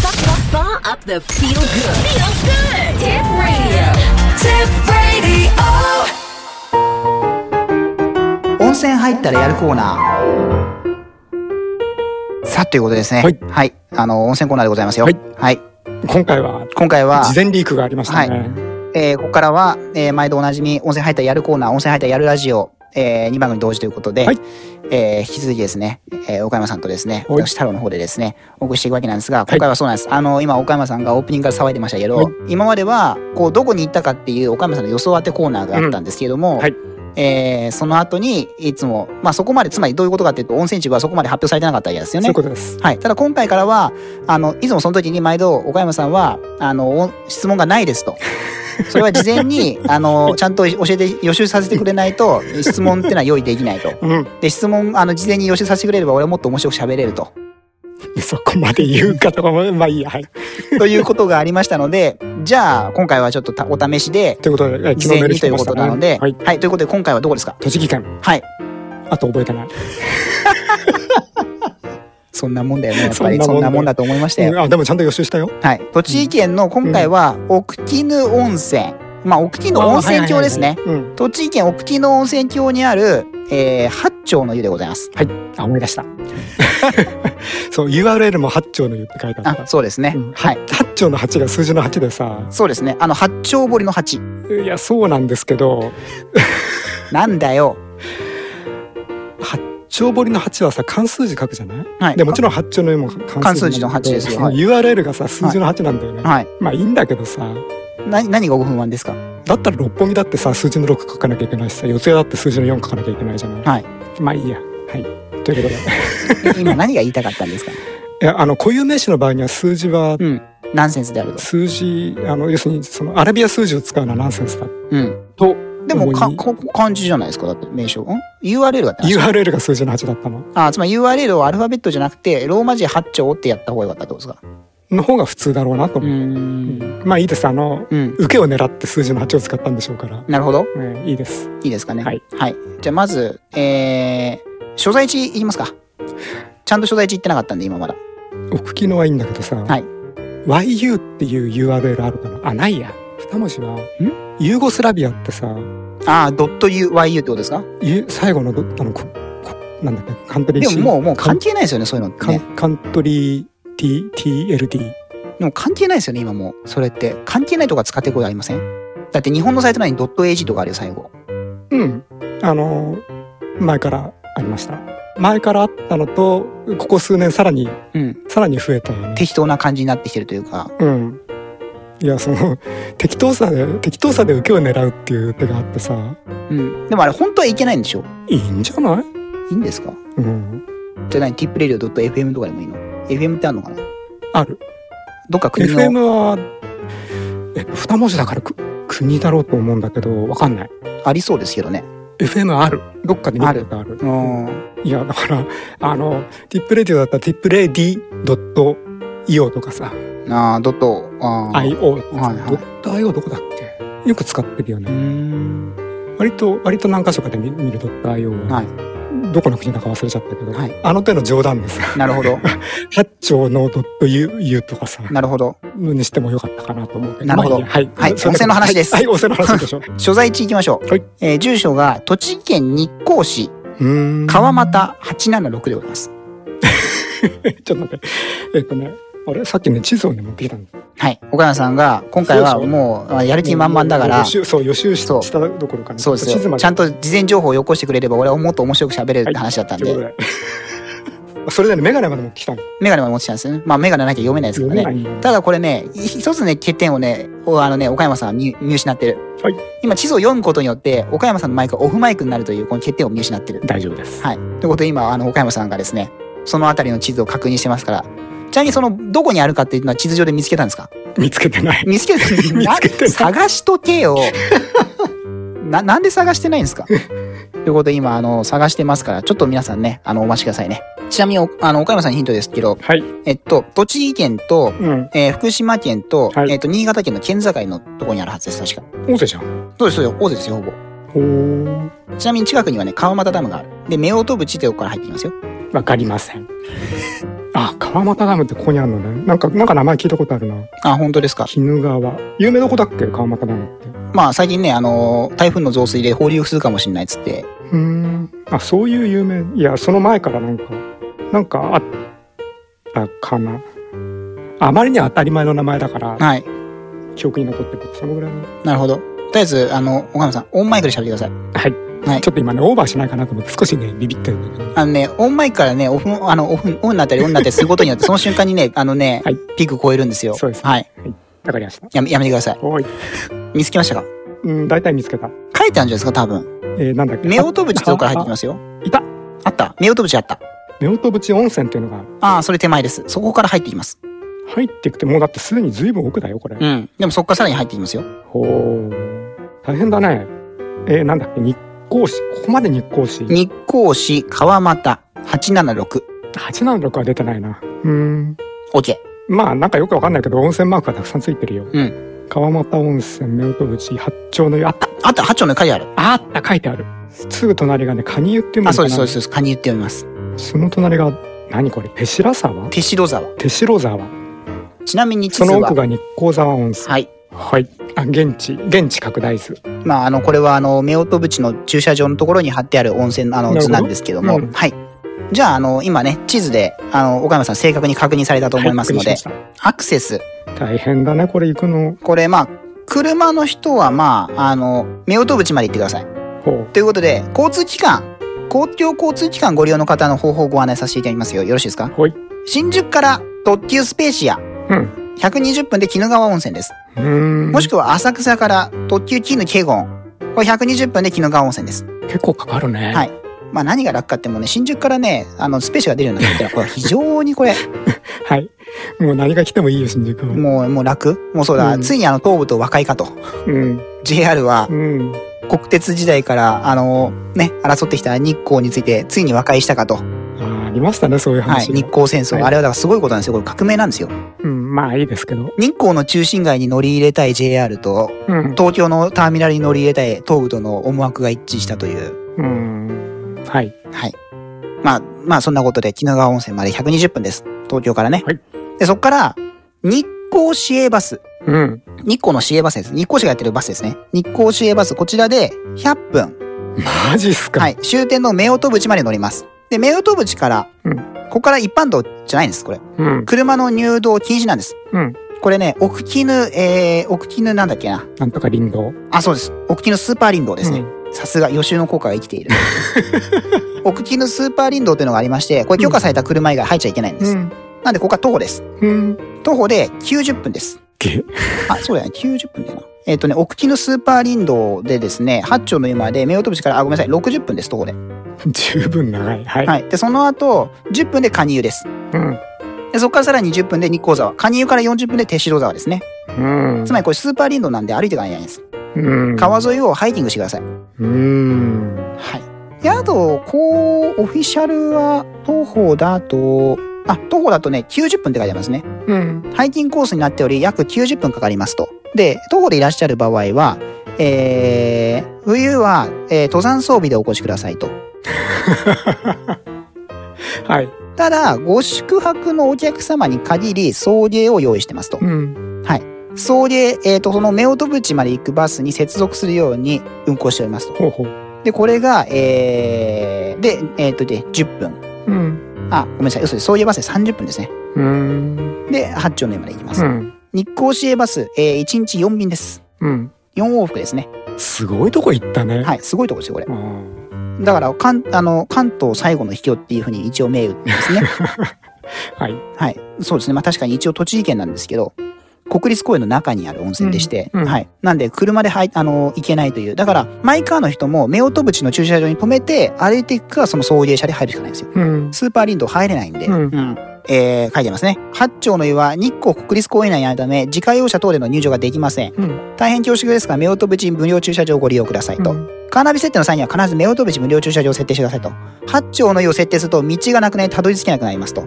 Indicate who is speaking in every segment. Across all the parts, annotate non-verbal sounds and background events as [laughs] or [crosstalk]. Speaker 1: Spa up the feel good.
Speaker 2: Feels good. Tip radio.
Speaker 3: Tip radio.
Speaker 4: 温泉入ったらやるコーナー。さあ、ということでですね。
Speaker 5: はい
Speaker 4: あの、温泉コーナーでございますよ。
Speaker 5: はい
Speaker 4: はい。
Speaker 5: 今回は、
Speaker 4: 今回は、
Speaker 5: 事前リークがありましたね。
Speaker 4: えーここからは、えー毎度おなじみ、温泉入ったらやるコーナー、温泉入ったらやるラジオ、え2番組同時ということで、
Speaker 5: はい
Speaker 4: えー引き続きですね、えー岡山さんとですね、
Speaker 5: はい
Speaker 4: 私太郎の方でですね、お送りしていくわけなんですが、今回はそうなんです。あの、今岡山さんがオープニングから騒いでましたけど、
Speaker 5: はい
Speaker 4: 今までは、こう、どこに行ったかっていう岡山さんの予想当てコーナーがあったんですけども、
Speaker 5: んはい
Speaker 4: えーその後に、いつも、まあそこまで、つまりどういうことかっていうと、温泉地はそこまで発表されてなかったわけですよ
Speaker 5: そうい
Speaker 4: ね
Speaker 5: う。ことです。
Speaker 4: はい。ただ今回からは、あの、いつもその時に毎度、岡山さんは、あの、お質問がないです
Speaker 5: [laughs]
Speaker 4: と。それは事前に、あの、ちゃんと教えて、予習させてくれないと、質問ってのは用意できないと。
Speaker 5: うん。
Speaker 4: で、質問、あの、事前に予習させてくれれば、俺はもっと面白く喋れると。
Speaker 5: そこまで言うかとかも、まあいいや。はい。
Speaker 4: ということがありましたので、じゃあ、今回はちょっとたお試しで、
Speaker 5: ということで、えー
Speaker 4: 事
Speaker 5: 昨日メ
Speaker 4: 前
Speaker 5: ール
Speaker 4: に
Speaker 5: し
Speaker 4: とい
Speaker 5: て
Speaker 4: う
Speaker 5: ま
Speaker 4: こ
Speaker 5: した
Speaker 4: と
Speaker 5: ね。
Speaker 4: なので、
Speaker 5: はい。
Speaker 4: はい。ということで、今回はどこですか
Speaker 5: 栃木県。
Speaker 4: はい。
Speaker 5: あと覚えてない。
Speaker 4: そんなもんだよね。やっぱり、
Speaker 5: そ
Speaker 4: そ
Speaker 5: んなもんだよ
Speaker 4: んなもんだと思いましたよ
Speaker 5: う。んあ、でもちゃんと予習したよ。
Speaker 4: はい。栃木県の今回は、奥鬼怒温泉。まあ、奥鬼怒温泉郷ですね
Speaker 5: あ。。はいはいはいうん。
Speaker 4: 栃木県奥鬼の温泉郷にある、えー、八丁の湯でございます。
Speaker 5: あ、思い出した。そう、URL も八丁の湯って書いてあった
Speaker 4: あ、。そうですね。
Speaker 5: うん
Speaker 4: は。
Speaker 5: はい八丁の八が数字の八でさ、
Speaker 4: そうですね。あの、八丁堀の八。
Speaker 5: いや、そうなんですけど、
Speaker 4: なんだよ。
Speaker 5: 八丁堀の八はさ、漢数字書くじゃない
Speaker 4: はい。
Speaker 5: でもちろん八丁の湯も漢数字なんだけど
Speaker 4: 漢数字の八ですよはい
Speaker 5: URL がさ、数字の八なんだよね。
Speaker 4: はい。
Speaker 5: まあいいんだけどさ、
Speaker 4: な、何がご不満ですか
Speaker 5: だったら六本木だってさ、数字の六書かなきゃいけないしさ、四谷だって数字の四書かなきゃいけないじゃない
Speaker 4: はい。
Speaker 5: まあいいや。はい。ということ
Speaker 4: [laughs]
Speaker 5: で。
Speaker 4: 今何が言いたかったん
Speaker 5: [laughs]
Speaker 4: ですか
Speaker 5: いや、あの、固有名詞の場合には数字は、
Speaker 4: うん。ナンセンスであると。
Speaker 5: 数字、あの、要するに、その、アラビア数字を使うのはナンセンスだ。
Speaker 4: うん。
Speaker 5: と、
Speaker 4: でも、か、
Speaker 5: 思い
Speaker 4: こ漢字じゃないですかだって、名称。ん ?URL だったんですか
Speaker 5: URL が数字の八だったの。
Speaker 4: あ、つまり URL をアルファベットじゃなくて、ローマ字で八丁ってやった方がよかったってことですか
Speaker 5: の方が普通だろうなと
Speaker 4: うー
Speaker 5: 思う。
Speaker 4: ん。
Speaker 5: まあいいです。あの、
Speaker 4: うん。
Speaker 5: 受けを狙って数字の八を使ったんでしょうから。
Speaker 4: なるほど。
Speaker 5: うん、いいです。
Speaker 4: いいですかね。
Speaker 5: はい。
Speaker 4: じゃあまず、えー、所在地言いますか。ちゃんと所在地行ってなかったんで、今まだ。
Speaker 5: 奥機能はいいんだけどさ、
Speaker 4: はい。
Speaker 5: YU っていう URL あるかなあ、ないや。二文字は、ユーゴスラビアってさ、
Speaker 4: ああ、ドット UYU ってことですか
Speaker 5: ゆ最後のど、あの、ここなんだっけ、カントリー
Speaker 4: で
Speaker 5: C
Speaker 4: ももう、もう
Speaker 5: カ
Speaker 4: 関
Speaker 5: ン
Speaker 4: 係ないですよね、そういうのって
Speaker 5: カン
Speaker 4: ね。
Speaker 5: カントリー T、TLT。
Speaker 4: でも関係ないですよね、今もう。それって。関係ないとか使ってることありませんだって日本のサイト内にドット .ag とかあるよ、最後。
Speaker 5: うん。あの、前からありました。前からあったのと、ここ数年さらに、
Speaker 4: うん。
Speaker 5: さらに増えたよね。
Speaker 4: 適当な感じになってきてるというか。
Speaker 5: うん。いや、その、適当さで、適当さで受けを狙うっていう手があってさ、
Speaker 4: うん。でもあれ、本当はいけないんでしょ
Speaker 5: いいんじゃない
Speaker 4: いいんですか
Speaker 5: うん。
Speaker 4: じゃあ何 ?tipradio.fm とかでもいいの ?fm ってあるのかな
Speaker 5: ある。
Speaker 4: どっか国の。
Speaker 5: FM は、え、二文字だからく国だろうと思うんだけど、わかんない。
Speaker 4: ありそうですけどね。
Speaker 5: FM ある。どっかで見たことある。
Speaker 4: うん。
Speaker 5: いや、だから、あの、ティップレディオだったら、ティップレディドット .io とかさ、
Speaker 4: ああ、ドット、ああ。
Speaker 5: IO とか
Speaker 4: は
Speaker 5: さ、
Speaker 4: いはい
Speaker 5: ドット .io どこだっけよく使ってるよ
Speaker 4: うー
Speaker 5: ね。
Speaker 4: ん。
Speaker 5: 割と、割と何箇所かで見見るドット .io は、
Speaker 4: はい。
Speaker 5: どこの国だか忘れちゃったけど、
Speaker 4: はい
Speaker 5: あの手の冗談です。
Speaker 4: なるほ
Speaker 5: [laughs]
Speaker 4: ど。
Speaker 5: 八丁のドット .io とかさ、
Speaker 4: なるほど。
Speaker 5: にしてもよかったかなと思うけど。
Speaker 4: なるほど
Speaker 5: まあいいやはい。
Speaker 4: はい
Speaker 5: そんな
Speaker 4: 温泉の話です
Speaker 5: はい、はい温泉の話
Speaker 4: [laughs]
Speaker 5: でしょ。
Speaker 4: 所在地行きましょう。
Speaker 5: はい
Speaker 4: えー住所が、栃木県日光市、
Speaker 5: うーん
Speaker 4: 川俣876でございます。
Speaker 5: [laughs] ちょっと待って。えっとね、あれさっきね、地図をね、持ってきたんだ。
Speaker 4: はい。岡山さんが、今回は
Speaker 5: そうでしょ
Speaker 4: もう、あやる気満々だか
Speaker 5: もう
Speaker 4: ら
Speaker 5: 予、習そう、予習し
Speaker 4: そう
Speaker 5: したどころかね。
Speaker 4: そうです
Speaker 5: 地図
Speaker 4: よ。
Speaker 5: まで
Speaker 4: ちゃんと事前情報をよこしてくれれば、俺はもっと面白く喋れるって話だったん
Speaker 5: というこ
Speaker 4: で、
Speaker 5: とで [laughs] それでね、メガネまで持ってきたの。
Speaker 4: メガネも持ってきたんですよね。まあ、メガネなきゃ読めないですけど
Speaker 5: 読
Speaker 4: ね。
Speaker 5: めないんだ
Speaker 4: ただこれね、い一つね、欠点をね、おあのね、岡山さんは見見失ってる。
Speaker 5: はい
Speaker 4: 今、地図を読むことによって、岡山さんのマイクがオフマイクになるという、この欠点を見失ってる。
Speaker 5: 大丈夫です。
Speaker 4: はい。ということで、今、あの、岡山さんがですね、そのあたりの地図を確認してますから、ちなみにその、どこにあるかっていうのは地図上で見つけたんですか
Speaker 5: [laughs] 見つけてない。
Speaker 4: 見つけた
Speaker 5: 見つけてない
Speaker 4: 探しとけよ。 [laughs] な、なんで探してないんですかということで、今、あの、探してますから、ちょっと皆さんね、あの、お待ちくださいね。ちなみに、おあの、岡山さんにヒントですけど、
Speaker 5: [laughs] はい。
Speaker 4: えっと、栃木県と、
Speaker 5: うん。
Speaker 4: えー福島県と、
Speaker 5: はい
Speaker 4: えっと、新潟県の県境のところにあるはずです、確か。
Speaker 5: 大勢じゃん。
Speaker 4: そうです、そうです、大勢ですよ、ほぼ。
Speaker 5: ほー。
Speaker 4: ちなみに近くにはね、川俣ダムがある。で、夫婦淵ってとこから入ってきますよ。
Speaker 5: わかりません。 [laughs] あ、川俣ダムってここにあるのね。なんか、なんか名前聞いたことあるな。
Speaker 4: あ、本当ですか。
Speaker 5: 鬼怒川。有名な子だっけ川俣ダムって。
Speaker 4: まあ最近ね、あの、台風の増水で放流するかもしれないっつって。
Speaker 5: うーん。あ、そういう有名。いや、その前からなんか、なんかあったかな。あまりに当たり前の名前だから、
Speaker 4: はい。
Speaker 5: 記憶に残ってる。そのぐらいの。
Speaker 4: なるほど。とりあえず、あの、岡山さん、オンマイクで喋ってください。
Speaker 5: はい。
Speaker 4: はい
Speaker 5: ちょっと今ね、オーバーしないかなと思って少しね、ビビってるんだけど。
Speaker 4: あのね、オンマイクからね、オフ、あの、オフ、オンになったりオンになったりすること [laughs] によって、その瞬間にね、あのね、
Speaker 5: はい
Speaker 4: ピーク超えるんですよ。
Speaker 5: そうです
Speaker 4: はい。
Speaker 5: わかりました。
Speaker 4: やめ、やめてください。
Speaker 5: おい。
Speaker 4: 見つけましたか
Speaker 5: うん、大体見つけた。
Speaker 4: 書いてあるんじゃないですか、多分。
Speaker 5: えー、なんだっけ。
Speaker 4: メオトブチとか入ってき
Speaker 5: ま
Speaker 4: ますよ。
Speaker 5: す。いた
Speaker 4: あったメオトブチあった。
Speaker 5: 夫婦淵温泉っていうのが
Speaker 4: ああ、それ手前です。そこから入ってきます。
Speaker 5: 入ってきて、もうだってすでに随分奥だよ、これ。
Speaker 4: うん。でもそこからさらに入ってきますよ。
Speaker 5: ほう。大変だね。えー、なんだっけ、日光市。ここまで日光市。
Speaker 4: 日光市川俣876。
Speaker 5: 876は出てないな。うーん。
Speaker 4: OK。
Speaker 5: まあ、なんかよくわかんないけど、温泉マークがたくさんついてるよ。
Speaker 4: う
Speaker 5: 川俣温泉、夫婦淵、八丁の湯。あった
Speaker 4: あった、八丁の書いてある。
Speaker 5: あった書いてある。すぐ隣がね、カニ湯っていうの
Speaker 4: あ、
Speaker 5: か
Speaker 4: そう
Speaker 5: な
Speaker 4: です、そうです、そうです。カニ言っております。
Speaker 5: その隣が、何これ手白沢
Speaker 4: 手代沢。
Speaker 5: 手白沢。
Speaker 4: ちなみに地図
Speaker 5: そ
Speaker 4: は。
Speaker 5: の奥が日光沢温泉。
Speaker 4: はい。
Speaker 5: はい。あ、現地、現地拡大図。
Speaker 4: まあ、あの、これは、あの、夫婦淵の駐車場のところに貼ってある温泉、あの、
Speaker 5: なるほ
Speaker 4: 図
Speaker 5: ど
Speaker 4: なんですけども、
Speaker 5: うん
Speaker 4: はい。じゃあ、あの、今ね、地図で、あの、岡山さん正確に確認されたと思いますので、
Speaker 5: はい確認し
Speaker 4: アクセス。
Speaker 5: ました大変だね、これ行くの。
Speaker 4: これ、まあ、車の人は、まあ、あの、夫婦淵まで行ってください。
Speaker 5: ほう。
Speaker 4: ということで、交通機関、公共交通機関ご利用の方の方法をご案内させていただきますよ。よろしいですか
Speaker 5: ほい。
Speaker 4: 新宿から特急スペーシア、
Speaker 5: うん。
Speaker 4: 120分で鬼怒川温泉です。
Speaker 5: うーん。
Speaker 4: もしくは浅草から特急鬼怒慶ゴン、これ120分で鬼怒川温泉です。
Speaker 5: 結構かかるね。
Speaker 4: はい。まあ何が楽かってもうね、新宿からね、あの、スペーシアが出
Speaker 5: [laughs]
Speaker 4: るようになってるから、これ非常にこれ、
Speaker 5: はい。もう何が来てもいいよ、新宿は。
Speaker 4: もう、もう楽もうそうだ、
Speaker 5: うん
Speaker 4: ついにあの、東部と和解かと。
Speaker 5: うん。
Speaker 4: JR は
Speaker 5: うん。
Speaker 4: 国鉄時代から、あの、ね、争ってきた日光について、ついに和解したかと。
Speaker 5: あーありましたね、そういう
Speaker 4: はい。
Speaker 5: 話。
Speaker 4: 日光戦争。
Speaker 5: はい
Speaker 4: あれはだからすごいことなんですよ。これ革命なんですよ。
Speaker 5: うん、まあいいですけど。
Speaker 4: 日光の中心街に乗り入れたい JR と、
Speaker 5: うん。
Speaker 4: 東京のターミナルに乗り入れたい東武との思惑が一致したという。
Speaker 5: うん。はい。
Speaker 4: はい。まあ、まあそんなことで、鬼怒川温泉まで120分です。東京からね。
Speaker 5: はい
Speaker 4: で、そこから、日光市営バス。
Speaker 5: うん。
Speaker 4: 日光の市営バスです。日光市がやってるバスですね。日光市営バス、こちらで100分。
Speaker 5: マジっすか。
Speaker 4: はい。終点の夫婦淵まで乗ります。で、夫婦淵から、
Speaker 5: うん
Speaker 4: ここから一般道じゃないんです、これ。
Speaker 5: うん。
Speaker 4: 車の入道禁止なんです。
Speaker 5: うん。
Speaker 4: これね、奥鬼怒、えー、奥鬼怒なんだっけな。
Speaker 5: なんとか林道。
Speaker 4: あ、そうです。奥鬼のスーパー林道ですね。さすが予習の効果が生きてい
Speaker 5: [laughs]
Speaker 4: る。奥鬼のスーパー林道というのがありまして、これ許可された車以外入っちゃいけないんで
Speaker 5: う
Speaker 4: す。
Speaker 5: ん。
Speaker 4: なんでここは徒歩です。
Speaker 5: うん。
Speaker 4: 徒歩で90分です。
Speaker 5: げ
Speaker 4: あ、そうだね。90分だな。えっ、とね、奥鬼のスーパー林道でですね、八丁の湯まで、目を飛ぶから、あ、ごめんなさい、60分です、徒歩で。
Speaker 5: 十分長い。はい。
Speaker 4: はい。で、その後、10分でカニ湯です。
Speaker 5: うん。
Speaker 4: で、そこからさらに10分で日光沢。カニ湯から40分で手代沢ですね。
Speaker 5: うん。
Speaker 4: つまりこれスーパー林道なんで歩いていかないんです。
Speaker 5: うん。
Speaker 4: 川沿いをハイキングしてください。
Speaker 5: うん。
Speaker 4: はい。宿、こう、オフィシャルは、徒歩だと、あ、徒歩だとね、90分って書いてありますね。
Speaker 5: うん。
Speaker 4: ハイキングコースになっており、約90分かかりますと。で、徒歩でいらっしゃる場合は、えー、冬は、えー登山装備でお越しくださいと。
Speaker 5: はい。
Speaker 4: ただ、ご宿泊のお客様に限り、送迎を用意してますと。
Speaker 5: うん。
Speaker 4: 送迎、えっ、と、その、夫婦淵まで行くバスに接続するように運行しておりますと。
Speaker 5: ほうほう。
Speaker 4: で、これが、えー、で、えっ、と、で、10分。
Speaker 5: うん。
Speaker 4: あ、ごめんなさい。嘘です。送迎バスで30分ですね。
Speaker 5: うん。
Speaker 4: で、八丁目まで行きま
Speaker 5: う
Speaker 4: す。
Speaker 5: ん。
Speaker 4: 日光市営バス、えー、1日4便です。
Speaker 5: うん。
Speaker 4: 4往復ですね。
Speaker 5: すごいとこ行ったね。
Speaker 4: はい。すごいとこですよ、これ
Speaker 5: あ。ー
Speaker 4: だから、関、あの、関東最後の秘境っていうふうに一応銘打ってます
Speaker 5: [laughs]
Speaker 4: ね。
Speaker 5: はい。
Speaker 4: はい。そうですね。まあ確かに一応栃木県なんですけど、国立公園の中にある温泉でして、
Speaker 5: うんうん
Speaker 4: はい。なんで、車ではい、あの、行けないという。だから、マイカーの人も、夫婦淵の駐車場に止めて、歩いていくか、その送迎車で入るしかないんですよ。
Speaker 5: うん。
Speaker 4: スーパーリンド入れないんで、
Speaker 5: うん
Speaker 4: えー書いてますね。八丁の湯は日光国立公園内にあるため、自家用車等での入場ができません。
Speaker 5: うん。
Speaker 4: 大変恐縮ですが、夫婦淵無料駐車場をご利用くださいと。
Speaker 5: うん
Speaker 4: カーナビ設定の際には必ず夫婦淵無料駐車場を設定してくださいと。八丁の湯を設定すると、道がなくなり、たどり着けなくなり
Speaker 5: [laughs]
Speaker 4: ますと。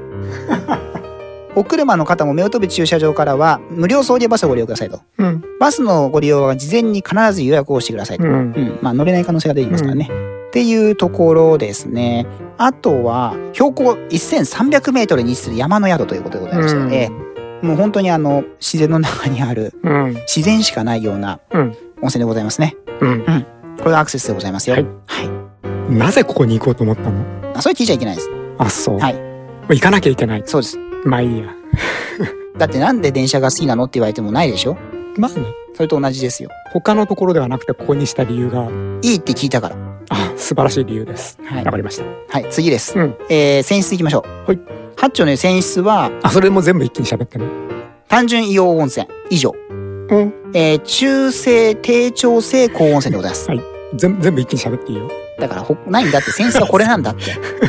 Speaker 4: お車の方も夫婦淵駐車場からは、無料送迎バスをご利用くださいと。
Speaker 5: うん。
Speaker 4: バスのご利用は事前に必ず予約をしてくださいと。
Speaker 5: う
Speaker 4: うんん。まあ、乗れない可能性が出てきますからね。っていうところですね。あとは、標高1300メートルに位置する山の宿ということでございましたので、もう本当にあの、自然の中にある、
Speaker 5: うん。
Speaker 4: 自然しかないような
Speaker 5: うん。
Speaker 4: 温泉でございますね。
Speaker 5: うん。
Speaker 4: これがアクセスでございますよ。
Speaker 5: はい
Speaker 4: はい。
Speaker 5: なぜここに行こうと思ったの
Speaker 4: あそれ聞いちゃいけないです。
Speaker 5: あ、そう。
Speaker 4: はい
Speaker 5: 行かなきゃいけない。
Speaker 4: そうです。
Speaker 5: まあいいや。
Speaker 4: だってなんで電車が好きなのって言われてもないでしょ
Speaker 5: まあね、
Speaker 4: それと同じですよ。
Speaker 5: 他のところではなくてここにした理由が、
Speaker 4: いいって聞いたから。
Speaker 5: あ、素晴らしい理由です。わ、
Speaker 4: はい
Speaker 5: かりました。
Speaker 4: はい、次です。
Speaker 5: うん。
Speaker 4: えー、泉質行きましょう。
Speaker 5: はい。
Speaker 4: 八丁の湯泉質は、
Speaker 5: あ、それも全部一気に喋ってね。
Speaker 4: 単純硫黄温泉以上。
Speaker 5: うん。
Speaker 4: えー、中性低調性高温泉でございます。
Speaker 5: はい。全全部一気に喋っていいよ。
Speaker 4: だからほ、ないんだって、センスはこれなんだって。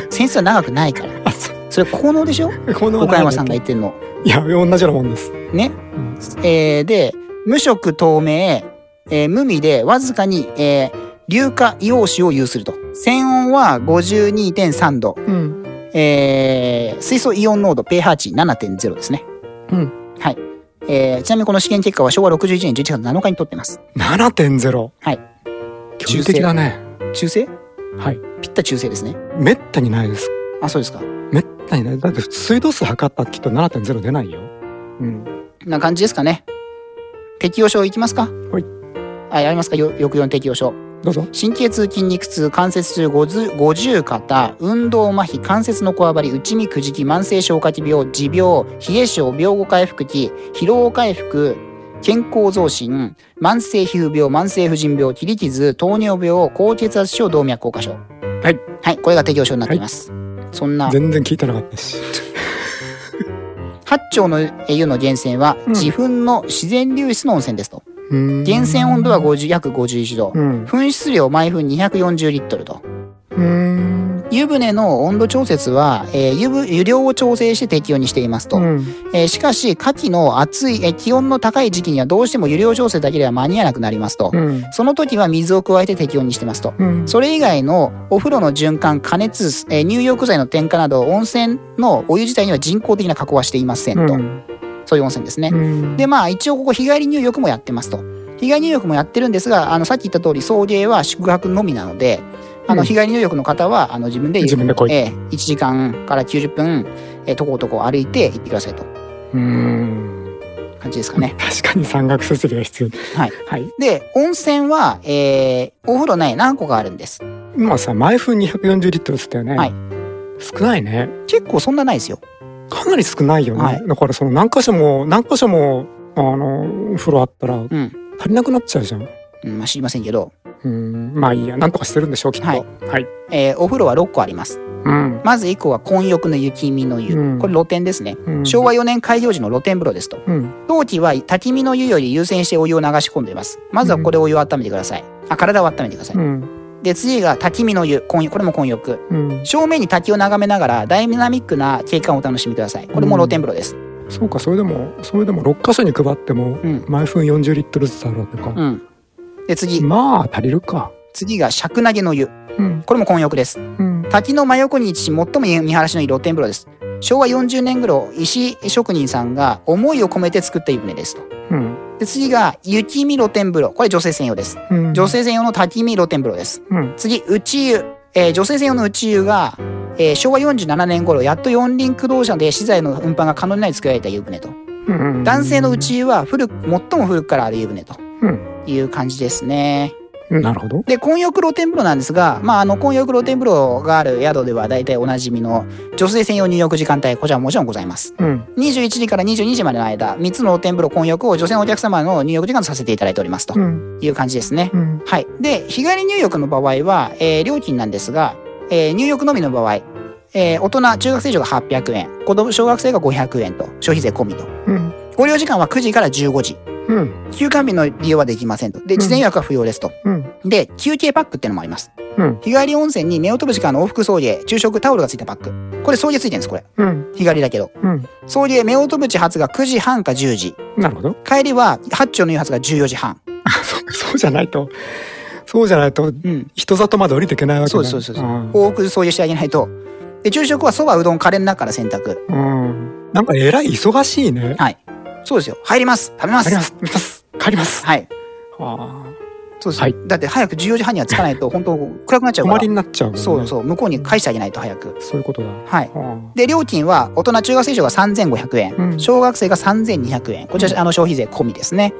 Speaker 4: センスは長くないから。
Speaker 5: あ、そう。
Speaker 4: それ、効能でしょ
Speaker 5: この
Speaker 4: 岡山さんが言ってるの。
Speaker 5: いや、同じようなもんです。
Speaker 4: ね。
Speaker 5: うん
Speaker 4: えー、で、無色透明、えー無味で、わずかに、えー、硫化硫黄子を有すると。泉温は52.3度。
Speaker 5: うん。
Speaker 4: えー、水素イオン濃度 pH 値7.0ですね。
Speaker 5: うん。
Speaker 4: はい。えー、ちなみにこの試験結果は昭和61年11月7日に取ってます。
Speaker 5: 7.0。
Speaker 4: はい。
Speaker 5: 驚異的だね。
Speaker 4: 中性
Speaker 5: はい。
Speaker 4: ぴった中性ですね。
Speaker 5: めったにないです。
Speaker 4: あ、そうですか。
Speaker 5: めったにない。だって水道水測ったらきっと7.0出ないよ。うん。
Speaker 4: な感じですかね。適応症いきますか
Speaker 5: はい。
Speaker 4: あ、やりますかよ、抑揚の適応症。
Speaker 5: どうぞ。
Speaker 4: 神経痛、筋肉痛、関節痛、五十50肩、運動麻痺、関節のこわばり、内身くじき、慢性消化器病、持病、冷え症、病後回復期、疲労回復、健康増進、慢性皮膚病、慢性婦人病、切り傷、糖尿病、高血圧症、動脈硬化症。
Speaker 5: はい。
Speaker 4: はい、これが適応症になっています。そんな、
Speaker 5: 全然聞いてなかったし。
Speaker 4: 八丁の湯の源泉は、
Speaker 5: うん
Speaker 4: 自分の自然流出の温泉ですと。
Speaker 5: うん
Speaker 4: 源泉温度は50約51度。
Speaker 5: うん。
Speaker 4: 噴出量毎分240リットルと。
Speaker 5: うん。
Speaker 4: 湯船の温度調節は、えー湯ぶ湯量を調整して適用にしていますと。
Speaker 5: うん。
Speaker 4: えーしかし、夏季の暑い、えー気温の高い時期にはどうしても湯量調整だけでは間に合わなくなりますと。
Speaker 5: うん。
Speaker 4: その時は水を加えて適温にしてますと。
Speaker 5: うん。
Speaker 4: それ以外のお風呂の循環、加熱、えー入浴剤の添加など、温泉のお湯自体には人工的な加工はしていませんと。そういう温泉ですね。
Speaker 5: うん
Speaker 4: で、まあ、一応ここ日帰り入浴もやってますと。日帰り入浴もやってるんですが、あの、さっき言った通り、送迎は宿泊のみなので、あの、
Speaker 5: うん
Speaker 4: 日帰り入浴の方は、あの、自分で、
Speaker 5: 自分で来い
Speaker 4: ええ、1時間から90分、ええとことこ歩いて行ってくださいと。
Speaker 5: うん。
Speaker 4: 感じですかね。
Speaker 5: 確かに山岳設備が必要。
Speaker 4: はい。
Speaker 5: はい。
Speaker 4: で、温泉は、ええお風呂ね、何個かあるんです。
Speaker 5: 今さ、毎分240リットルっつったよね。
Speaker 4: はい。
Speaker 5: 少ないね。
Speaker 4: 結構そんなないですよ。
Speaker 5: かなり少ないよね。
Speaker 4: はい
Speaker 5: だからその何箇所も、何箇所も、あの、お風呂あったら
Speaker 4: うん。
Speaker 5: 足りなくなっちゃうじゃん。
Speaker 4: うん、まあ、知りませんけど、
Speaker 5: うん。まあいいや。なんとかしてるんでしょう、きっと。
Speaker 4: は
Speaker 5: はいい。
Speaker 4: ええお風呂は6個あります。
Speaker 5: うん。
Speaker 4: まず1個は、混浴の雪見の湯。
Speaker 5: うん
Speaker 4: これ露天ですね。
Speaker 5: うん
Speaker 4: 昭和4年開業時の露天風呂ですと。
Speaker 5: うん。
Speaker 4: 陶器は焚き火の湯より優先してお湯を流し込んでいます。まずはこれをお湯を温めてください。あ、体を温めてください。
Speaker 5: うん。
Speaker 4: で、次が焚き火の湯。混浴これも混浴。
Speaker 5: うん。
Speaker 4: 正面に滝を眺めながらダイナミックな景観をお楽しみください。これも露天風呂です。
Speaker 5: そうか、それでも、それでも6箇所に配っても
Speaker 4: うん、
Speaker 5: 毎分40リットルずつあるわけか。
Speaker 4: うん。で、次。
Speaker 5: まあ、足りるか。
Speaker 4: 次が尺投げの湯。
Speaker 5: うん。
Speaker 4: これも混浴です。
Speaker 5: うん。
Speaker 4: 滝の真横に位置し、最も見晴らしのいい露天風呂です。昭和40年頃、石職人さんが思いを込めて作った湯船ですと。
Speaker 5: うん。
Speaker 4: で、次が雪見露天風呂。これ女性専用です。
Speaker 5: うん。
Speaker 4: 女性専用の滝見露天風呂です。
Speaker 5: うん。
Speaker 4: 次、内湯。えー女性専用の内湯が、えー昭和47年頃、やっと四輪駆動車で資材の運搬が可能になり作られた湯船と。
Speaker 5: うん。
Speaker 4: 男性の内湯は古く、最も古くからある湯船と
Speaker 5: うん。
Speaker 4: いう感じですね。
Speaker 5: なるほど。
Speaker 4: で、混浴露天風呂なんですが、まあ、あの、混浴露天風呂がある宿では大体おなじみの女性専用入浴時間帯、こちらももちろんございます。
Speaker 5: うん。
Speaker 4: 21時から22時までの間、3つの露天風呂混浴を女性のお客様の入浴時間とさせていただいておりますと
Speaker 5: うん。
Speaker 4: いう感じですね。
Speaker 5: うん。
Speaker 4: はい。で、日帰り入浴の場合は、えー料金なんですが、えー入浴のみの場合、えー大人、中学生以上が800円、子供、小学生が500円と、消費税込みと。
Speaker 5: うん。
Speaker 4: ご利用時間は9時から15時。
Speaker 5: うん。
Speaker 4: 休館日の利用はできませんと。で、
Speaker 5: うん
Speaker 4: 事前予約は不要ですと。
Speaker 5: うん。
Speaker 4: で、休憩パックってのもあります。
Speaker 5: うん。
Speaker 4: 日帰り温泉に目を飛ぶ時間の往復送迎、昼食、タオルがついたパック。これ送迎ついてるんです、これ。
Speaker 5: うん。
Speaker 4: 日帰りだけど。
Speaker 5: うん。
Speaker 4: 送迎、目を飛ぶ始発が9時半か10時。
Speaker 5: なるほど。 [laughs]
Speaker 4: 帰りは、八丁の夕発が14時半。
Speaker 5: そうそうじゃないと、そうじゃないと、
Speaker 4: うん。
Speaker 5: 人里まで降りていけないわけだ
Speaker 4: そうです、そうです。そうです
Speaker 5: あ
Speaker 4: 往復送迎してあげないと。で、昼食はそば、うどん、カレーの中から選択。
Speaker 5: あうん。なんかえらい忙しいね。
Speaker 4: はい。そうですよ。入ります。食べます
Speaker 5: 帰りま。す。帰ります。帰ります。
Speaker 4: はい。
Speaker 5: ああ。
Speaker 4: そうです、
Speaker 5: はい
Speaker 4: だって早く14時半には着か
Speaker 5: [laughs]
Speaker 4: ないと、本当暗くなっちゃう
Speaker 5: 泊
Speaker 4: か
Speaker 5: ま
Speaker 4: ら
Speaker 5: り。になっちゃうもんね、
Speaker 4: そうそう、向こうに返してあげないと早く。
Speaker 5: そういうことだあ
Speaker 4: はい。
Speaker 5: あ
Speaker 4: で、料金は、大人、中学生以上が3500円、
Speaker 5: うん
Speaker 4: 小学生が3200円。こちら、あの、消費税込みですね。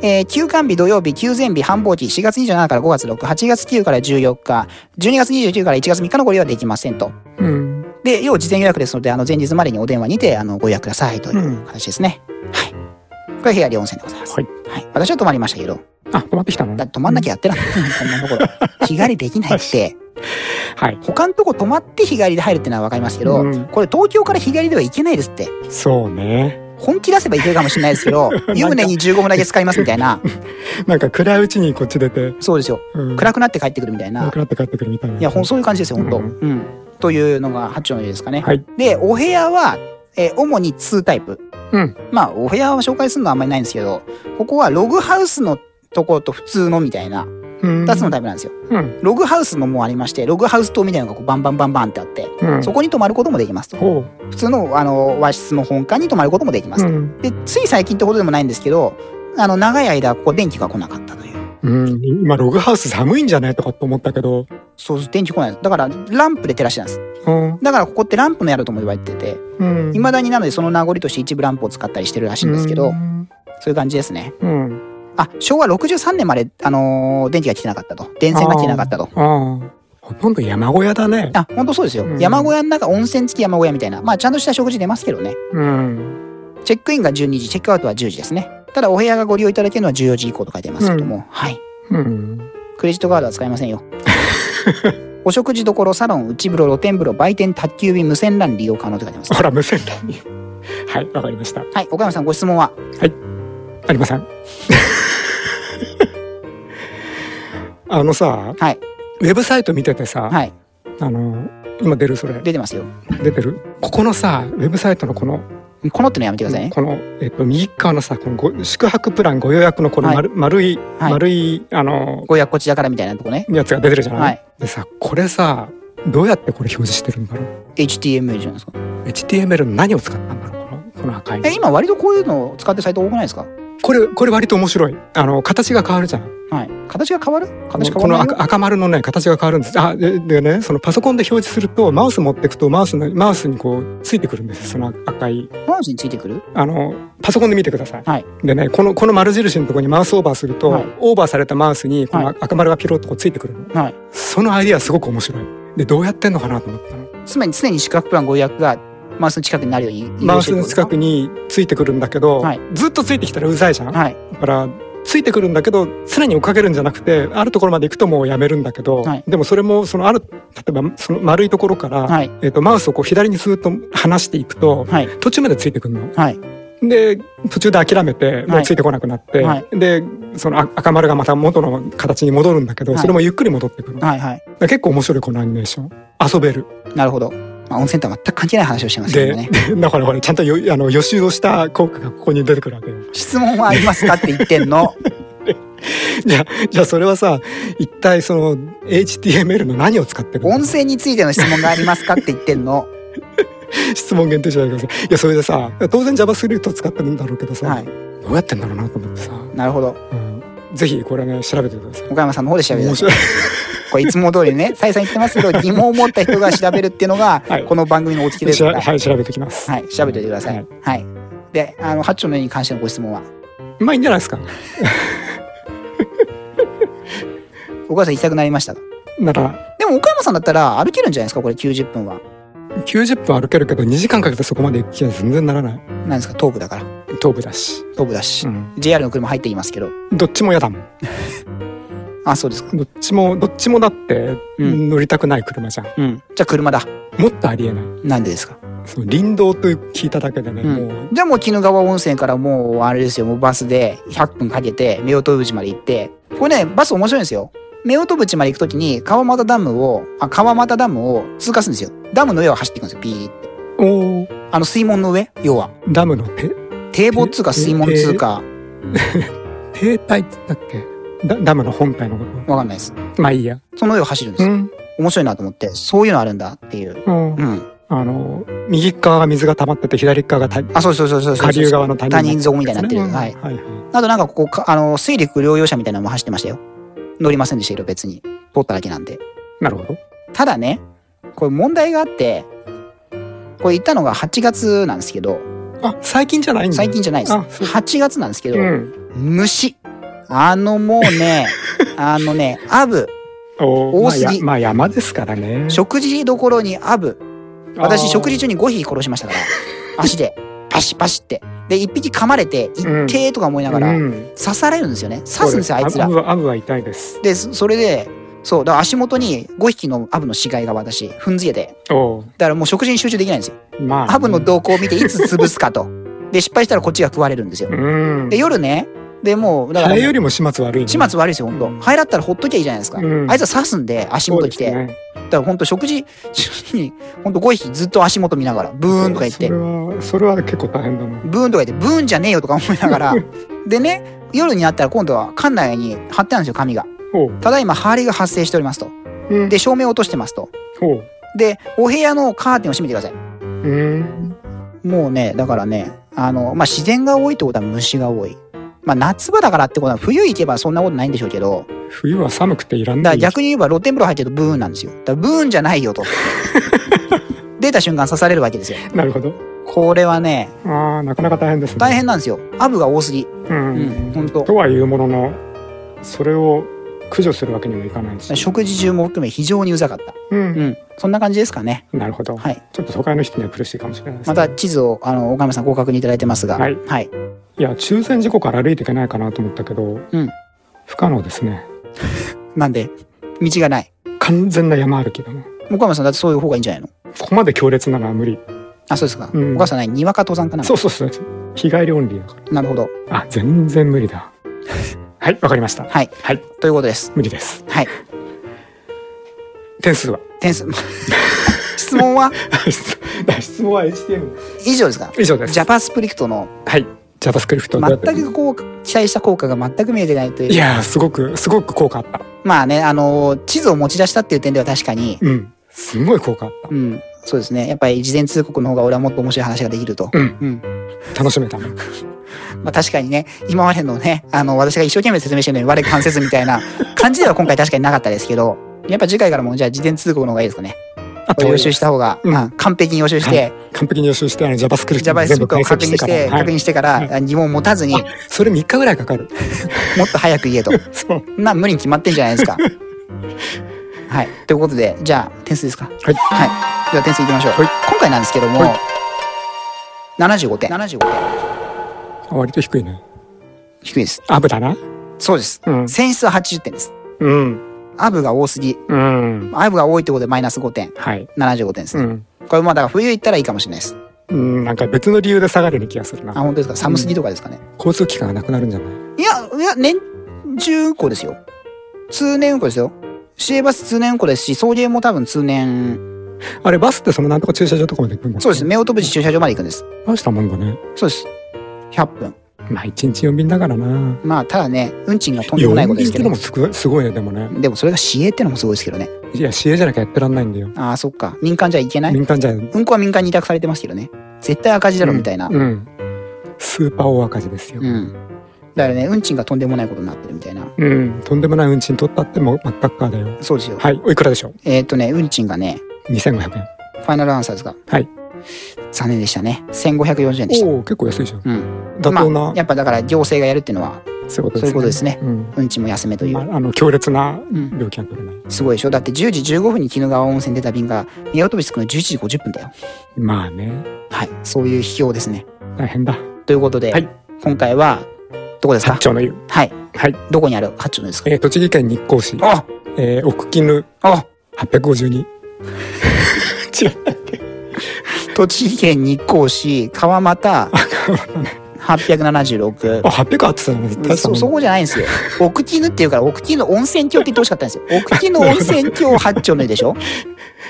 Speaker 4: えー休館日、土曜日、休前日、繁忙期、4月27から5月6、8月9から14日、12月29から1月3日のご利用はできませんと。
Speaker 5: うん
Speaker 4: で、要事前予約ですので、あの、前日までにお電話にて、あの、ご予約くださいという形ですね。はい。これ、平リ温泉でございます。
Speaker 5: はい。
Speaker 4: 私は泊まりましたけど、
Speaker 5: あ泊まってきたの
Speaker 4: だって泊まんなきゃやってらんない。 [laughs] こんなところ。日帰りできないって。
Speaker 5: はい
Speaker 4: 他のとこ泊まって日帰りで入るってのはわかりますけど、
Speaker 5: うん
Speaker 4: これ東京から日帰りでは行けないですって。
Speaker 5: そうね
Speaker 4: 本気出せば行けるかもしれないですけ
Speaker 5: [laughs]
Speaker 4: ど、湯船に15分だけ使いますみたいな。
Speaker 5: なんか暗いうちにこっち出て、
Speaker 4: そうですよ。
Speaker 5: うん、
Speaker 4: 暗くなって帰ってくるみたいな
Speaker 5: 暗。くなって帰ってくるみたいない
Speaker 4: いや、ほん、そういう感じですよ、本当
Speaker 5: うん
Speaker 4: うん。というのが八丁の湯ですかね。
Speaker 5: はい
Speaker 4: で、お部屋は、えー主に2タイプ。
Speaker 5: うん
Speaker 4: まあ、お部屋を紹介するのはあんまりないんですけど、ここはログハウスのところと普通のみたいな、
Speaker 5: うん
Speaker 4: 2つのタイプなんですよ。
Speaker 5: うん
Speaker 4: ログハウスのもありまして、ログハウス棟みたいなのがこうバンバンバンバンってあって、
Speaker 5: うん
Speaker 4: そこに泊まることもできますと。
Speaker 5: ほ
Speaker 4: 普通のあの和室の本館に泊まることもできま
Speaker 5: う
Speaker 4: す
Speaker 5: う
Speaker 4: と。
Speaker 5: ん、
Speaker 4: で、つい最近ってことでもないんですけど、あの、長い間、ここ電気が来なかったという。
Speaker 5: うん、今ログハウス寒いんじゃないとかと思ったけど、
Speaker 4: そう、電気来ないです。だから、ランプで照らしてたんです。
Speaker 5: うん
Speaker 4: だから、ここってランプの宿とも言われてて、
Speaker 5: うん、
Speaker 4: 未だになのでその名残として一部ランプを使ったりしてるらしいんですけど、そういう感じですね。
Speaker 5: うん、うん、
Speaker 4: あ、昭和63年まで、あのー電気が来てなかったと。電線が来てなかったと。
Speaker 5: ああほとんど山小屋だね
Speaker 4: あ、本当そうですよ。
Speaker 5: うん
Speaker 4: 山小屋の中、温泉付き山小屋みたいな。まあ、ちゃんとした食事出ますけどね。
Speaker 5: うん
Speaker 4: チェックインが12時、チェックアウトは10時ですね。ただ、お部屋がご利用いただけるのは14時以降と書いてますけども、はい。
Speaker 5: うん
Speaker 4: クレジットカードは使いませんよ。 [laughs] お食事処、サロン、内風呂、露天風呂、売店、宅急便、無線 LAN 利用可能と書いてます。
Speaker 5: ほら無線だに [laughs] はいわかりました
Speaker 4: はい、岡山さんご質問は
Speaker 5: ありま
Speaker 4: [laughs]
Speaker 5: せんあのさ
Speaker 4: はい、
Speaker 5: ウェブサイト見ててさ、
Speaker 4: はい、
Speaker 5: あの今出るそれ
Speaker 4: 出てますよ。
Speaker 5: 出てるここのさウェブサイトのこの
Speaker 4: このってのやめてくださいね。
Speaker 5: この、えっと、右側のさこのご宿泊プランご予約のこの丸,、丸い、
Speaker 4: はい
Speaker 5: 丸いあの
Speaker 4: ご予約こちらからみたいなとこね。
Speaker 5: やつが出てるじゃない、
Speaker 4: はい
Speaker 5: でさこれさどうやってこれ表示してるんだろう
Speaker 4: HTML じゃないですか。
Speaker 5: HTML の何を使ったんだろうこのこの赤いの
Speaker 4: え、今割とこういうのを使ってるサイト多くないですか
Speaker 5: これこれ割と面白いあの形が変わるじゃん
Speaker 4: はい。形が変わる形が
Speaker 5: こ
Speaker 4: 変
Speaker 5: の
Speaker 4: わらない
Speaker 5: 赤赤丸のね形が変わるんですあででねそのパソコンで表示するとマウス持ってくとマウスのマウスにこうついてくるんですよその赤い
Speaker 4: マウスについてくる
Speaker 5: あのパソコンで見てください、
Speaker 4: はい
Speaker 5: でねこのこの丸印のところにマウスオーバーすると、
Speaker 4: はい
Speaker 5: オーバーされたマウスにこの
Speaker 4: は
Speaker 5: 赤丸がピロッとこうついてくるの、
Speaker 4: はい。
Speaker 5: そのアイディアすごく面白いでどうやってんのかなと思ったの
Speaker 4: つまり常に四角プランご予約がマウスの近くになるように。
Speaker 5: マウスの近く
Speaker 4: に。
Speaker 5: についてくるんだけど、
Speaker 4: はい
Speaker 5: ずっとついてきたらうざいじゃん、
Speaker 4: はい。
Speaker 5: だからついてくるんだけど常に追っかけるんじゃなくてあるところまで行くともうやめるんだけど、
Speaker 4: はい
Speaker 5: でもそれもそのある例えばその丸いところから、
Speaker 4: はい。
Speaker 5: えっとマウスをこう左にスーッと離していくと、
Speaker 4: はい。
Speaker 5: 途中までついてくるの。
Speaker 4: はい。
Speaker 5: で途中で諦めても
Speaker 4: は
Speaker 5: う
Speaker 4: い
Speaker 5: ついてこなくなって、
Speaker 4: はい
Speaker 5: でそのあ赤丸がまた元の形に戻るんだけど、
Speaker 4: はい
Speaker 5: それもゆっくり戻ってくる、だか
Speaker 4: はい。はい。
Speaker 5: ら結構面白いこのアニメーション遊べる
Speaker 4: なるほど。まあ、温泉とは全く関係ない話をしてますけ
Speaker 5: で [laughs]
Speaker 4: どね。
Speaker 5: だからほらちゃんとよあの予習をした効果がここに出てくるわけよ
Speaker 4: 質問はありますかって言ってんの。 [laughs]
Speaker 5: [laughs] じゃあじゃあそれはさ一体その HTML の何を使ってるの
Speaker 4: 温泉についての質問がありますかって言ってんの。
Speaker 5: 質問限定じゃないけどさいやそれでさ当然 JavaScript を使ってるんだろうけどさ、
Speaker 4: はい。
Speaker 5: どうやってんだろうなと思ってさ、
Speaker 4: なるほど。
Speaker 5: うん、ぜひこれね調べてください
Speaker 4: 岡山さんの方で調べてく
Speaker 5: 面
Speaker 4: ださい
Speaker 5: 白い
Speaker 4: これいつも通りね、再三言ってますけ
Speaker 5: [laughs]
Speaker 4: ど、疑問を持った人が調べるっていうのが、
Speaker 5: はい
Speaker 4: この番組のお付きです
Speaker 5: し
Speaker 4: からら、
Speaker 5: はい調べてきます、
Speaker 4: はい、調べておいてください。
Speaker 5: はい
Speaker 4: はい。で、あの、八丁の目に関してのご質問は、
Speaker 5: まあいいんじゃないですか
Speaker 4: 岡山さん行きたくなりましたか
Speaker 5: なら
Speaker 4: でも岡山さんだったら歩けるんじゃないですかこれ90分は。
Speaker 5: 90分歩けるけど2時間かけてそこまで行く気は全然ならない
Speaker 4: なんですか東部だから。
Speaker 5: 頭部だし、
Speaker 4: 東部だし。
Speaker 5: うん、
Speaker 4: JR の車入っていますけど。
Speaker 5: どっちも嫌だもん
Speaker 4: あ、そうですか。
Speaker 5: どっちもどっちもだって
Speaker 4: うん
Speaker 5: 乗りたくない車じゃん、
Speaker 4: うん。じゃあ車だ。
Speaker 5: もっとありえない
Speaker 4: なんでですか、
Speaker 5: そう林道と聞いただけでね、
Speaker 4: う、
Speaker 5: もうん
Speaker 4: じゃあもう鬼怒川温泉からもうあれですよ、もうバスで100分かけて、夫婦淵まで行って。これね、バス面白いんですよ。夫婦淵まで行くときに川俣ダムを、あ、川俣ダムを通過するんですよ。ダムの上を走っていくんですよ、ピーって。
Speaker 5: おー
Speaker 4: あの水門の上要は。
Speaker 5: ダムのて
Speaker 4: 堤防通過、水門通過。
Speaker 5: 停滞っつったっけダダムの本体のこ
Speaker 4: わかんないです。
Speaker 5: とまあいいや
Speaker 4: その上を走るんで
Speaker 5: う
Speaker 4: すよ。
Speaker 5: ん、
Speaker 4: 面白いなと思って、そういうのあるんだっていう。
Speaker 5: うん
Speaker 4: うん。
Speaker 5: あの右側が水が溜まってて左側がた
Speaker 4: あ、そうそうそうそうそう
Speaker 5: 下流側の谷
Speaker 4: 他人像みたいになってる。
Speaker 5: うん
Speaker 4: はい。
Speaker 5: はいはい
Speaker 4: あとなんかここか、あの、水陸両用車みたいなのも走ってましたよ。乗りませんでしたけど、別に。通っただけなんで。
Speaker 5: なるほど。
Speaker 4: ただね、これ問題があって、これ行ったのが8月なんですけど、
Speaker 5: あ、最近じゃないんだ。
Speaker 4: 最近じゃないです。
Speaker 5: あそう
Speaker 4: 8月なんですけど、
Speaker 5: うん。
Speaker 4: 虫。あのもうね、
Speaker 5: [laughs]
Speaker 4: あのね、アブ。
Speaker 5: お
Speaker 4: 多
Speaker 5: まあ
Speaker 4: す
Speaker 5: や
Speaker 4: ぎ
Speaker 5: まあ山ですからね。
Speaker 4: 食事どころにアブ。
Speaker 5: あー
Speaker 4: 私、食事中に5匹殺しましたから。足で。パシパシって。で、1匹噛まれて、
Speaker 5: うん
Speaker 4: いってーとか思いながら、
Speaker 5: うん、
Speaker 4: 刺されるんですよね。刺すんですよ、あいつら
Speaker 5: アブ。はアブは痛いです。
Speaker 4: で、そそれで、そう、だから足元に5匹のアブの死骸が私、踏んづけて。
Speaker 5: お
Speaker 4: だからもう食事に集中できないんですよ。
Speaker 5: まあ。
Speaker 4: アブの動向を見ていつ潰すかと。で、失敗したらこっちが食われるんですよ
Speaker 5: う。ん。
Speaker 4: で、夜ね、でもう、だか
Speaker 5: あ
Speaker 4: ら
Speaker 5: れ
Speaker 4: も
Speaker 5: よ
Speaker 4: う、
Speaker 5: りも始末悪い、ね。
Speaker 4: 始末悪いですよ、ほんと。ハエだったらほっときゃいいじゃないですか。
Speaker 5: うん
Speaker 4: あいつは刺すんで、足
Speaker 5: そう
Speaker 4: 元
Speaker 5: で
Speaker 4: 来
Speaker 5: す
Speaker 4: て。
Speaker 5: ね。
Speaker 4: だからほんと食事 [laughs] 中に、ほんと5匹ずっと足元見ながら、ブーンとか言っ
Speaker 5: それ
Speaker 4: て、
Speaker 5: は、それは結構大変だな。
Speaker 4: ブーンとか言って、ブーンじゃねえよとか思いなが
Speaker 5: [laughs]
Speaker 4: ら、でね、夜になったら今度は館内に貼ってあるんですよ、紙が。
Speaker 5: おう。
Speaker 4: ただいま、ハーリが発生しておりますと。
Speaker 5: うん、
Speaker 4: で、照明を落としてますと。
Speaker 5: おう。
Speaker 4: で、お部屋のカーテンを閉めてください。
Speaker 5: うん。
Speaker 4: もうね、だからね、あの、まあ、自然が多いってことは虫が多い。まあ、夏場だからってことは冬行けばそんなことないんでしょうけど、
Speaker 5: 冬は寒くていらん
Speaker 4: だから
Speaker 5: ない。
Speaker 4: 逆に言えば露天風呂入ってるとブーンなんですよ。だからブーンじゃないよと。 [laughs] 出た瞬間刺されるわけですよ。
Speaker 5: なるほど。
Speaker 4: これはね、
Speaker 5: ああ、なかなか大変ですね。
Speaker 4: 大変なんですよ。アブが多すぎ。
Speaker 5: うん。
Speaker 4: うん、ほんと
Speaker 5: と。はいうものの、それを駆除するわけにもいかないし。
Speaker 4: 食事中も含め非常にうざかった。う
Speaker 5: う。
Speaker 4: んん。そんな感じですかね。
Speaker 5: なるほど。
Speaker 4: はい。
Speaker 5: ちょっと都会の人には苦しいかもしれないです、
Speaker 4: ま
Speaker 5: ね。
Speaker 4: た地図を、あの、岡山さんご確認いただいてますが。
Speaker 5: はい
Speaker 4: はい。
Speaker 5: いや、中禅寺湖から歩いていけないかなと思ったけど、
Speaker 4: うん。
Speaker 5: 不可能ですね。
Speaker 4: なんで、道がない。
Speaker 5: 完全な山歩きだな。
Speaker 4: 岡山さんだってそういう方がいいんじゃないの
Speaker 5: ここまで強烈なのは無理。
Speaker 4: あ、そうですか。
Speaker 5: うん
Speaker 4: 岡山さんない、にわか登山家なの
Speaker 5: そうそうそう。日帰りオンリーだか
Speaker 4: なるほど。
Speaker 5: ら。あ、全然無理
Speaker 4: [laughs]
Speaker 5: だ。はい、わかりました。
Speaker 4: はい。
Speaker 5: はい、
Speaker 4: ということです。
Speaker 5: 無理です。
Speaker 4: はい。
Speaker 5: 点数は
Speaker 4: 点数、 [laughs] 質問は
Speaker 5: [laughs] 質問は HTM。
Speaker 4: 以上ですか
Speaker 5: 以上です。
Speaker 4: ジャパスプリクトの
Speaker 5: はい。JavaScript
Speaker 4: 全
Speaker 5: どうやっ
Speaker 4: くこう、期待した効果が全く見えてないと
Speaker 5: てい
Speaker 4: いう。
Speaker 5: やー、すごく、すごく効果あった。
Speaker 4: まあね、あの、地図を持ち出したっていう点では確かに、
Speaker 5: うん。すごい効果あった。
Speaker 4: うん、そうですね。やっぱり事前通告の方が俺はもっと面白い話ができると。
Speaker 5: うん。
Speaker 4: うん。
Speaker 5: 楽しめた。
Speaker 4: まあ確かにね、今までのね、あの、私が一生懸命説明してるのに我関せずみたい
Speaker 5: [laughs]
Speaker 4: な感じでは今回確かになかったですけど、やっぱ次回からもじゃあ事前通告の方がいいですかね。
Speaker 5: あ
Speaker 4: 予習した方が、
Speaker 5: うん
Speaker 4: まあ完璧に予習し
Speaker 5: は
Speaker 4: て、
Speaker 5: 完璧に予習して、あの JavaScript
Speaker 4: ジャパスプリクトを確認して、
Speaker 5: はい
Speaker 4: 確認してからあ疑問を持たずに、も
Speaker 5: それ3日ぐらいかかる。
Speaker 4: っと早く言え
Speaker 5: [laughs]
Speaker 4: と。
Speaker 5: そう。
Speaker 4: な、無理に決まってんじゃないですか。はい。ということで、じゃあ、点数ですか。
Speaker 5: はい。
Speaker 4: はい。では、点数いきましょう。今回なんですけども、
Speaker 5: はい
Speaker 4: 75点。75点。
Speaker 5: あ割と低いね。
Speaker 4: 低いです。
Speaker 5: アブだな。
Speaker 4: そうです。
Speaker 5: うん
Speaker 4: 選出は80点です。
Speaker 5: うん。
Speaker 4: アブが多すぎ。
Speaker 5: うん。
Speaker 4: アブが多いってことでマイナス5点。
Speaker 5: はい。
Speaker 4: 75点です
Speaker 5: う
Speaker 4: ね。
Speaker 5: ん。
Speaker 4: これまあだから冬行ったらいいかもしれないです。
Speaker 5: うん、なんか別の理由で下がるような気がする
Speaker 4: あ、
Speaker 5: な。
Speaker 4: 本当ですか寒すぎとかですかね。
Speaker 5: 交通機関がなくなるんじゃない
Speaker 4: いや、いや、年中運行ですよ。通年運行ですよ。市営バス通年運行ですし、送迎も多分通年、
Speaker 5: あれ、バスってそのなんとか駐車場とかまで行くんだ
Speaker 4: そうです。。夫婦駐車場まで行くんです。
Speaker 5: 大したもんだね。
Speaker 4: そうです。100分。
Speaker 5: まあ、一日4便だからな。
Speaker 4: まあ、ただね、運賃がとんでもないことですけ
Speaker 5: 4
Speaker 4: ど
Speaker 5: 便っ。てのもすごい、すごいね、でもね。
Speaker 4: でもそれが市営ってのもすごいですけどね。
Speaker 5: いや、市営じゃなきゃやってらんないんだよ。
Speaker 4: ああ、そっか。民間じゃいけない
Speaker 5: 民間じゃ、
Speaker 4: 運行は民間に委託されてますけどね。絶対赤字だろみたいな。
Speaker 5: うん。スーパー大赤字ですよ。
Speaker 4: うん。だからね、運賃がとんでもないことになってるみたいな。
Speaker 5: うん。とんでもない運賃取ったっても、真っ赤っかだよ。
Speaker 4: そうですよ。
Speaker 5: はい。おいくらでしょ
Speaker 4: えっ、とね、運賃がね、
Speaker 5: う ?2500 円。
Speaker 4: ファイナルアンサーですが、
Speaker 5: はい。
Speaker 4: 残念でしたね。1540円でした。
Speaker 5: おお結構安いじゃん。
Speaker 4: うん。
Speaker 5: 妥当
Speaker 4: ま
Speaker 5: な、
Speaker 4: あ、やっぱだから行政がやるっていうのは、
Speaker 5: そういうことですね。
Speaker 4: そういうことですね
Speaker 5: うん。
Speaker 4: 運賃も安めとい
Speaker 5: ま
Speaker 4: う。
Speaker 5: あ、あの、強烈な
Speaker 4: うん
Speaker 5: 料金は取れない。
Speaker 4: すごいでしょだって10時15分に鬼怒川温泉出た便が、宮本着くの11時50分だよ。
Speaker 5: まあね、
Speaker 4: はい。そういう秘境ですね。
Speaker 5: 大変だ。
Speaker 4: ということで、
Speaker 5: はい
Speaker 4: 今回は、どこですか
Speaker 5: 八丁の湯。
Speaker 4: はい。
Speaker 5: はい。
Speaker 4: どこにある八丁の湯ですか
Speaker 5: えー、栃木県日光市、
Speaker 4: あ
Speaker 5: えー、奥絹
Speaker 4: あ
Speaker 5: [laughs] 852。違う。
Speaker 4: 栃木県日光市川
Speaker 5: [laughs]
Speaker 4: 俣876
Speaker 5: あ、800あってたのね。大した
Speaker 4: そ
Speaker 5: もんだ
Speaker 4: そこじゃないん
Speaker 5: [laughs]
Speaker 4: ですよ奥鬼怒っていうから奥鬼怒温泉郷って言ってほしかったんですよ奥鬼怒温泉郷八丁の湯でし
Speaker 5: [laughs]
Speaker 4: ょ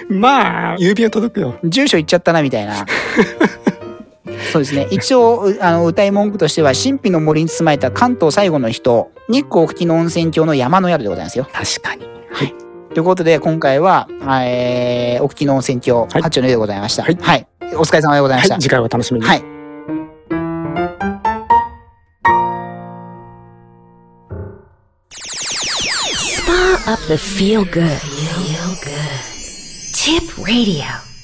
Speaker 5: まあ、郵便は届くよ。
Speaker 4: 住所言っちゃったなみたいなそうですね一応うあの歌い文句としては神秘の森に包まれた関東最後の人日光奥鬼怒温泉郷の山の宿でございますよ
Speaker 5: 確かに。
Speaker 4: はい。ということで、今回は、えー、お聞きの温泉郷、
Speaker 5: はい
Speaker 4: 八丁の湯でございました。
Speaker 5: はい
Speaker 4: はい。お疲れ様でございました
Speaker 5: はい、。次回は楽しみに。
Speaker 4: はい。
Speaker 1: Sputnik up the feel good.
Speaker 3: Tip Radio.